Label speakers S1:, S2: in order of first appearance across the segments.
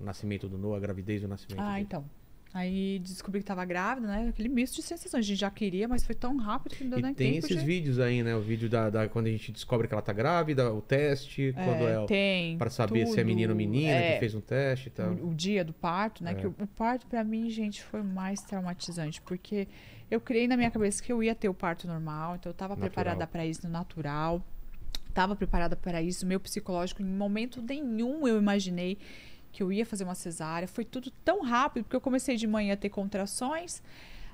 S1: o nascimento do Noah, a gravidez do nascimento.
S2: Ah,
S1: dele.
S2: então. Aí descobri que tava grávida, né? Aquele misto de sensações. A gente já queria, mas foi tão rápido que não deu
S1: E
S2: nem
S1: tem
S2: né? tempo.
S1: esses
S2: de...
S1: vídeos aí, né? O vídeo da, da- quando a gente descobre que ela tá grávida, o teste, quando é,
S2: É,
S1: o-
S2: tem.
S1: Pra saber se é
S2: tudo.
S1: menino ou menina,
S2: É.
S1: que fez um teste e tal.
S2: O, o dia do parto, né?
S1: É.
S2: Que o, o parto, pra mim, gente, foi mais traumatizante, porque eu criei na minha cabeça que eu ia ter o parto normal, então eu tava
S1: Natural.
S2: preparada pra isso no natural, tava preparada pra isso, meu psicológico, em momento nenhum eu imaginei que eu ia fazer uma cesárea. Foi tudo tão rápido, porque eu comecei de manhã a ter contrações.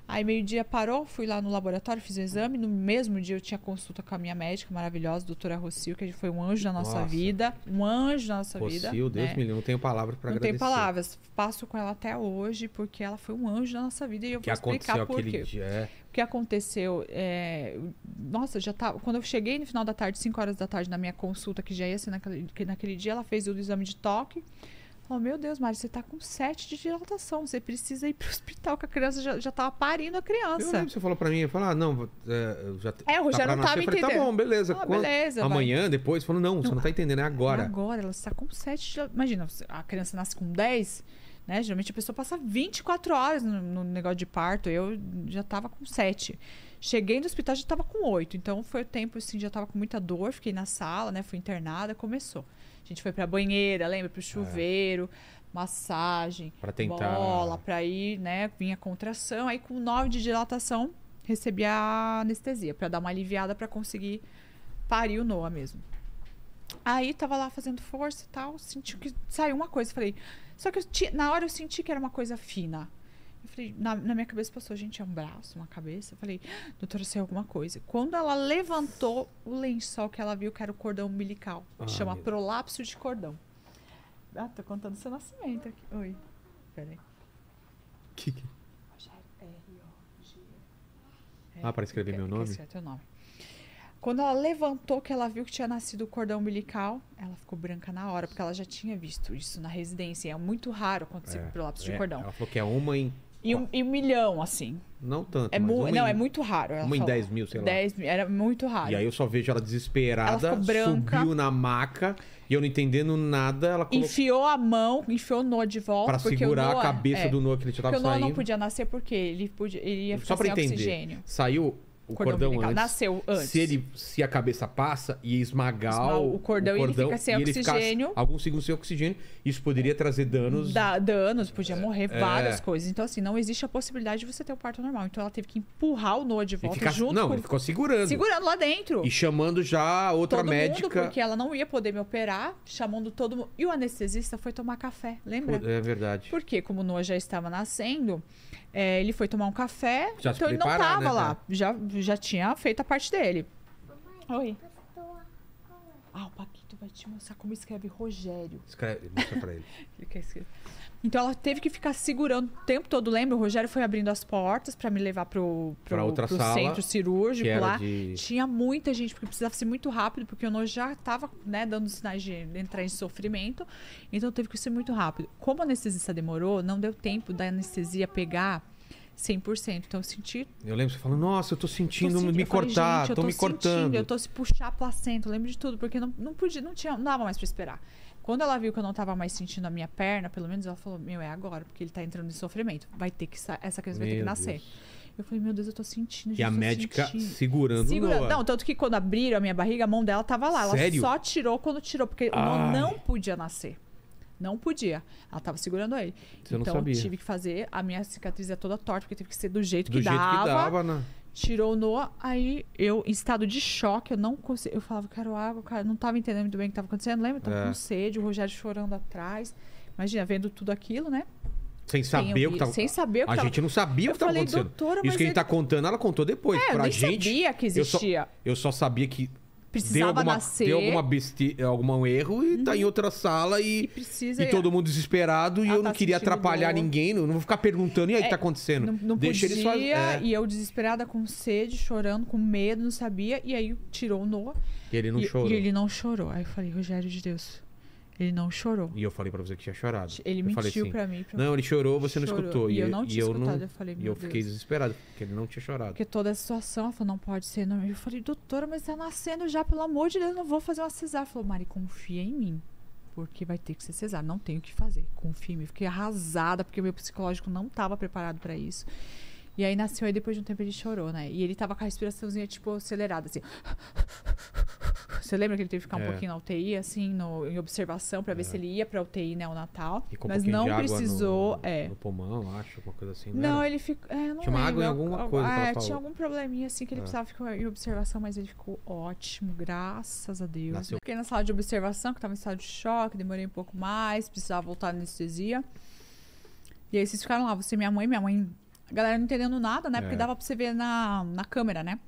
S2: Aí meio-dia parou, fui lá no laboratório, fiz o exame. No mesmo dia eu tinha consulta com a minha médica maravilhosa, doutora Rocio, que foi um anjo da nossa,
S1: Nossa.
S2: vida. Um anjo da nossa vida.
S1: Fossil, Deus
S2: né?
S1: me livre, não tenho palavras pra
S2: não
S1: agradecer.
S2: tem palavras. Passo com ela até hoje, porque ela foi um anjo da nossa vida e eu
S1: O que
S2: vou
S1: aconteceu
S2: explicar por
S1: aquele
S2: quê.
S1: dia. É,
S2: O que aconteceu? é, Nossa, já tava. Quando eu cheguei no final da tarde, 5 horas da tarde, na minha consulta, que já ia ser naquele, que naquele dia, ela fez o exame de toque. Falou: Meu Deus, Mari, você tá com 7 de dilatação. Você precisa ir pro hospital, que a criança já, já tava parindo a
S1: eu
S2: criança.
S1: lembro que você falou pra mim, falou, ah, não, vou- é, eu já
S2: É, o Rogério
S1: tá pra
S2: não tava
S1: nascer. Eu falei, tá
S2: entendendo.
S1: bom, beleza.
S2: Ah,
S1: quando-
S2: beleza, vai.
S1: Amanhã, depois, falou, não, você não tá entendendo, é agora.
S2: Agora, ela está com 7. de- Imagina, a criança nasce com 10, né? Geralmente a pessoa passa 24 horas no, no negócio de parto. Eu já estava com 7. Cheguei no hospital, já estava com 8. Então foi o tempo, assim, já estava com muita dor. Fiquei na sala, né? Fui internada, começou. A gente foi pra banheira, lembra? Pro chuveiro, massagem,
S1: Pra tentar-
S2: bola, pra ir, né? Vinha contração. Aí com 9 de dilatação, recebi a anestesia pra dar uma aliviada pra conseguir parir o Noah mesmo. Aí tava lá fazendo força e tal, senti que saiu uma coisa. Falei, só que eu ti- na hora eu senti que era uma coisa fina. Eu falei, na, na minha cabeça passou, gente, é um braço, uma cabeça. Eu falei, doutora, saiu alguma coisa. Quando ela levantou o lençol que ela viu que era o cordão umbilical,
S1: Ah,
S2: chama
S1: meu
S2: prolapso de cordão. Ah, tô contando seu nascimento aqui. Oi. Peraí.
S1: Que- que-
S2: É.
S1: Ah, para escrever meu
S2: Quer-
S1: nome?
S2: quer escrever teu é nome. Quando ela levantou, que ela viu que tinha nascido o cordão umbilical, ela ficou branca na hora, porque ela já tinha visto isso na residência. e É muito raro acontecer
S1: É,
S2: prolapso
S1: é,
S2: de cordão.
S1: Ela falou que é uma em.
S2: E um, e um milhão, assim.
S1: Não tanto.
S2: É
S1: mas
S2: mu-
S1: uma
S2: não,
S1: em-
S2: é muito raro. ela
S1: uma em
S2: falou.
S1: 10 mil, sei lá.
S2: 10 mil, era muito raro.
S1: E aí eu só vejo ela desesperada,
S2: Ela ficou branca.
S1: subiu na maca e eu não entendendo nada, ela colocou
S2: Enfiou a mão, enfiou o Noah de volta.
S1: pra
S2: porque o
S1: segurar a
S2: Noah-
S1: cabeça
S2: é,
S1: do Noah que ele já
S2: Porque
S1: tava
S2: o Noah não
S1: saindo.
S2: podia nascer porque ele, podia, ele ia
S1: Só
S2: ficar
S1: pra
S2: sem
S1: entender.
S2: oxigênio.
S1: Saiu o
S2: Cordão
S1: cordão,
S2: umbilical.
S1: antes.
S2: Nasceu antes.
S1: Se, ele, se a cabeça passa e esmagar
S2: Esmaga
S1: o,
S2: o cordão, ele fica sem
S1: ficar
S2: oxigênio.
S1: alguns segundos sem oxigênio, isso poderia trazer danos.
S2: Dá danos, podia morrer
S1: é.
S2: várias coisas. Então, assim, não existe a possibilidade de você ter o parto normal. Então, ela teve que empurrar o Noah de
S1: Ele
S2: volta
S1: fica,
S2: junto
S1: não,
S2: com...
S1: ele ficou segurando.
S2: Segurando lá dentro.
S1: E chamando já a outra
S2: todo mundo,
S1: médica.
S2: porque ela não ia poder me operar, chamando todo mundo. E o anestesista foi tomar café, lembra?
S1: É verdade.
S2: Porque, como o Noah já estava nascendo, eh, ele foi tomar um café.
S1: Já se
S2: então ele não
S1: preparar,
S2: estava
S1: né,
S2: lá.
S1: cara?
S2: Já, já tinha feito a parte dele. Oi.
S3: Pastor,
S2: Ah, o Paquito vai te mostrar como escreve Rogério.
S1: Escreve, mostra pra ele.
S2: Ele quer escrever. Então ela teve que ficar segurando o tempo todo, lembra? O Rogério foi abrindo as portas para me levar pro, pro,
S1: Pra outra
S2: pro
S1: sala,
S2: centro cirúrgico
S1: que era
S2: lá.
S1: de-
S2: Tinha muita gente, porque precisava ser muito rápido, porque o Noah já tava né, dando sinais de entrar em sofrimento. Então teve que ser muito rápido. Como a anestesista demorou, não deu tempo da anestesia pegar 100%. Então eu senti
S1: Eu lembro você falando, nossa, eu tô sentindo
S2: sentindo.
S1: me
S2: Eu falei,
S1: cortar,
S2: "Gente, eu
S1: tô, me cortando.
S2: Sentindo, eu tô se puxar a placenta, eu lembro de tudo, porque não, não podia, não tinha, não dava mais pra esperar. Quando ela viu que eu não tava mais sentindo a minha perna, pelo menos ela falou: Meu, é agora, porque ele tá entrando em sofrimento. Vai ter que sa- essa criança vai ter
S1: Meu
S2: que nascer. Eu falei: Meu Deus, eu tô sentindo.
S1: E a
S2: gente, eu tô
S1: médica
S2: sentindo."
S1: segurando
S2: Segura-
S1: o Noah.
S2: Não, tanto que quando abriram a minha barriga, a mão dela tava lá. Ela
S1: ah. Sério? Ah.
S2: só tirou quando tirou, porque o Noah
S1: Ai.
S2: não podia nascer. Não podia. Ela tava segurando ele.
S1: Você não
S2: então
S1: sabia.
S2: eu tive que fazer. A minha cicatriz é toda torta, porque teve que ser do jeito
S1: do jeito que dava, né?
S2: Tirou o Noah, aí eu, em estado de choque, eu não consegui. Eu falava, quero água, cara, não tava entendendo muito bem o que tava acontecendo, lembra? Tava
S1: É.
S2: com sede, o Rogério chorando atrás. Imagina, vendo tudo aquilo, né?
S1: Sem saber o que
S2: ouvido,
S1: tava
S2: sem saber o que
S1: A
S2: tava-
S1: gente não sabia o
S2: Eu
S1: que tava
S2: falei,
S1: acontecendo.
S2: "Doutora,
S1: Isso
S2: mas
S1: que ele
S2: ele-
S1: tá contando, ela contou depois.
S2: É, eu
S1: pra
S2: nem
S1: gente.
S2: sabia que
S1: eu só-
S2: existia.
S1: Eu só, sabia que.
S2: Precisava
S1: Deu, alguma,
S2: nascer. Uhum.
S1: deu alguma beste- algum erro e tá em outra sala e,
S2: E precisa-
S1: e todo mundo desesperado e
S2: Ah,
S1: eu não
S2: é. tá
S1: queria
S2: sentindo
S1: atrapalhar
S2: dor. É,
S1: ninguém, não não vou ficar perguntando, e aí o que tá acontecendo?
S2: Não, não
S1: Deixa
S2: podia,
S1: eles fazerem. É.
S2: e eu desesperada, com sede, chorando, com medo, não sabia. E aí tirou o Noah.
S1: E ele não
S2: e,
S1: chorou.
S2: e ele não chorou. Aí eu falei, Rogério de Deus, ele não chorou.
S1: E eu falei pra você que tinha chorado.
S2: Ele
S1: eu falei
S2: mentiu
S1: assim,
S2: pra mim, pra-
S1: Não, ele chorou, você não
S2: Chorou.
S1: escutou.
S2: E eu não tinha escutado, eu falei,
S1: E
S2: meu
S1: eu fiquei
S2: Deus.
S1: desesperado, porque ele não tinha chorado.
S2: Porque toda essa situação, ela falou, não pode ser. Não. Eu falei, doutora, mas tá nascendo já, pelo amor de Deus, não vou fazer uma cesárea. Ela falou, Mari, confia em mim. porque vai ter que ser cesárea. Não tenho o que fazer. Confia em mim. Fiquei arrasada, porque o meu psicológico não estava preparado para isso. E aí nasceu, aí depois de um tempo ele chorou, né? E ele tava com a respiraçãozinha, tipo, acelerada, assim. Você lembra que ele teve que ficar
S1: É.
S2: um pouquinho na UTI, assim, no- em observação, pra ver se ele ia pra UTI neonatal.
S1: E com um
S2: mas
S1: pouquinho
S2: não
S1: de água
S2: precisou.
S1: no,
S2: é.
S1: No pulmão, acho, alguma coisa assim.
S2: Não,
S1: era?
S2: ele ficou. É, não
S1: Tinha uma água em
S2: lembro,
S1: alguma
S2: al-
S1: coisa que ela
S2: É,
S1: falou.
S2: tinha algum probleminha assim que ele
S1: É.
S2: precisava ficar em observação, mas ele ficou ótimo, graças a Deus.
S1: Nasceu.
S2: Fiquei na sala de observação, que tava em estado de choque, demorei um pouco mais, precisava voltar na anestesia. E aí vocês ficaram lá, você, minha mãe, minha mãe. A galera não entendendo nada, né? Porque
S1: É.
S2: dava pra você ver na, na câmera, né?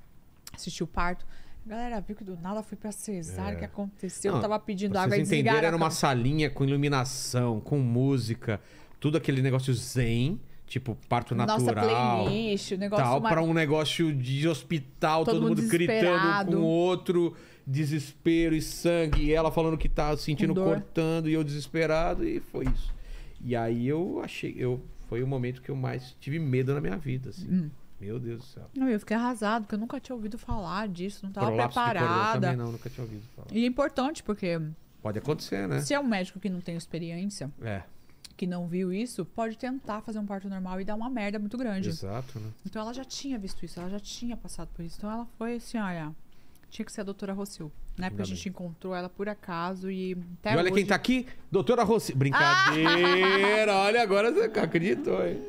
S2: Assistir o parto. A galera viu que do nada foi pra cesárea, o
S1: É.
S2: que aconteceu?
S1: Não,
S2: eu tava pedindo
S1: Pra
S2: água e
S1: vocês entenderam,
S2: desligaram.
S1: era
S2: a
S1: uma
S2: câmera.
S1: salinha com iluminação, com música, tudo aquele negócio zen, tipo parto
S2: Nossa,
S1: natural.
S2: playlist, o negócio
S1: Tal,
S2: mar-
S1: pra um negócio de hospital, todo,
S2: Todo mundo
S1: mundo gritando um
S2: desesperado.
S1: com o outro, desespero e sangue, e ela falando que tá sentindo
S2: dor.
S1: cortando e eu desesperado, e foi isso. E aí eu achei, eu foi o momento que eu mais tive medo na minha vida, assim.
S2: Hum.
S1: Meu Deus do céu.
S2: Não, eu fiquei arrasado, porque eu nunca tinha ouvido falar disso, não tava
S1: Prolapso de coroa também né?
S2: preparada.
S1: não, nunca tinha ouvido falar.
S2: E é importante, porque
S1: Pode acontecer, né?
S2: se é um médico que não tem experiência,
S1: É,
S2: que não viu isso, pode tentar fazer um parto normal e dar uma merda muito grande.
S1: exato, né?
S2: Então ela já tinha visto isso, ela já tinha passado por isso. Então ela foi assim, olha, tinha que ser a doutora Rossel. Na época a
S1: Ainda
S2: gente encontrou ela por acaso e até
S1: e olha
S2: hoje...
S1: quem tá aqui, doutora Rossi. Brincadeira, olha agora você acreditou, hein?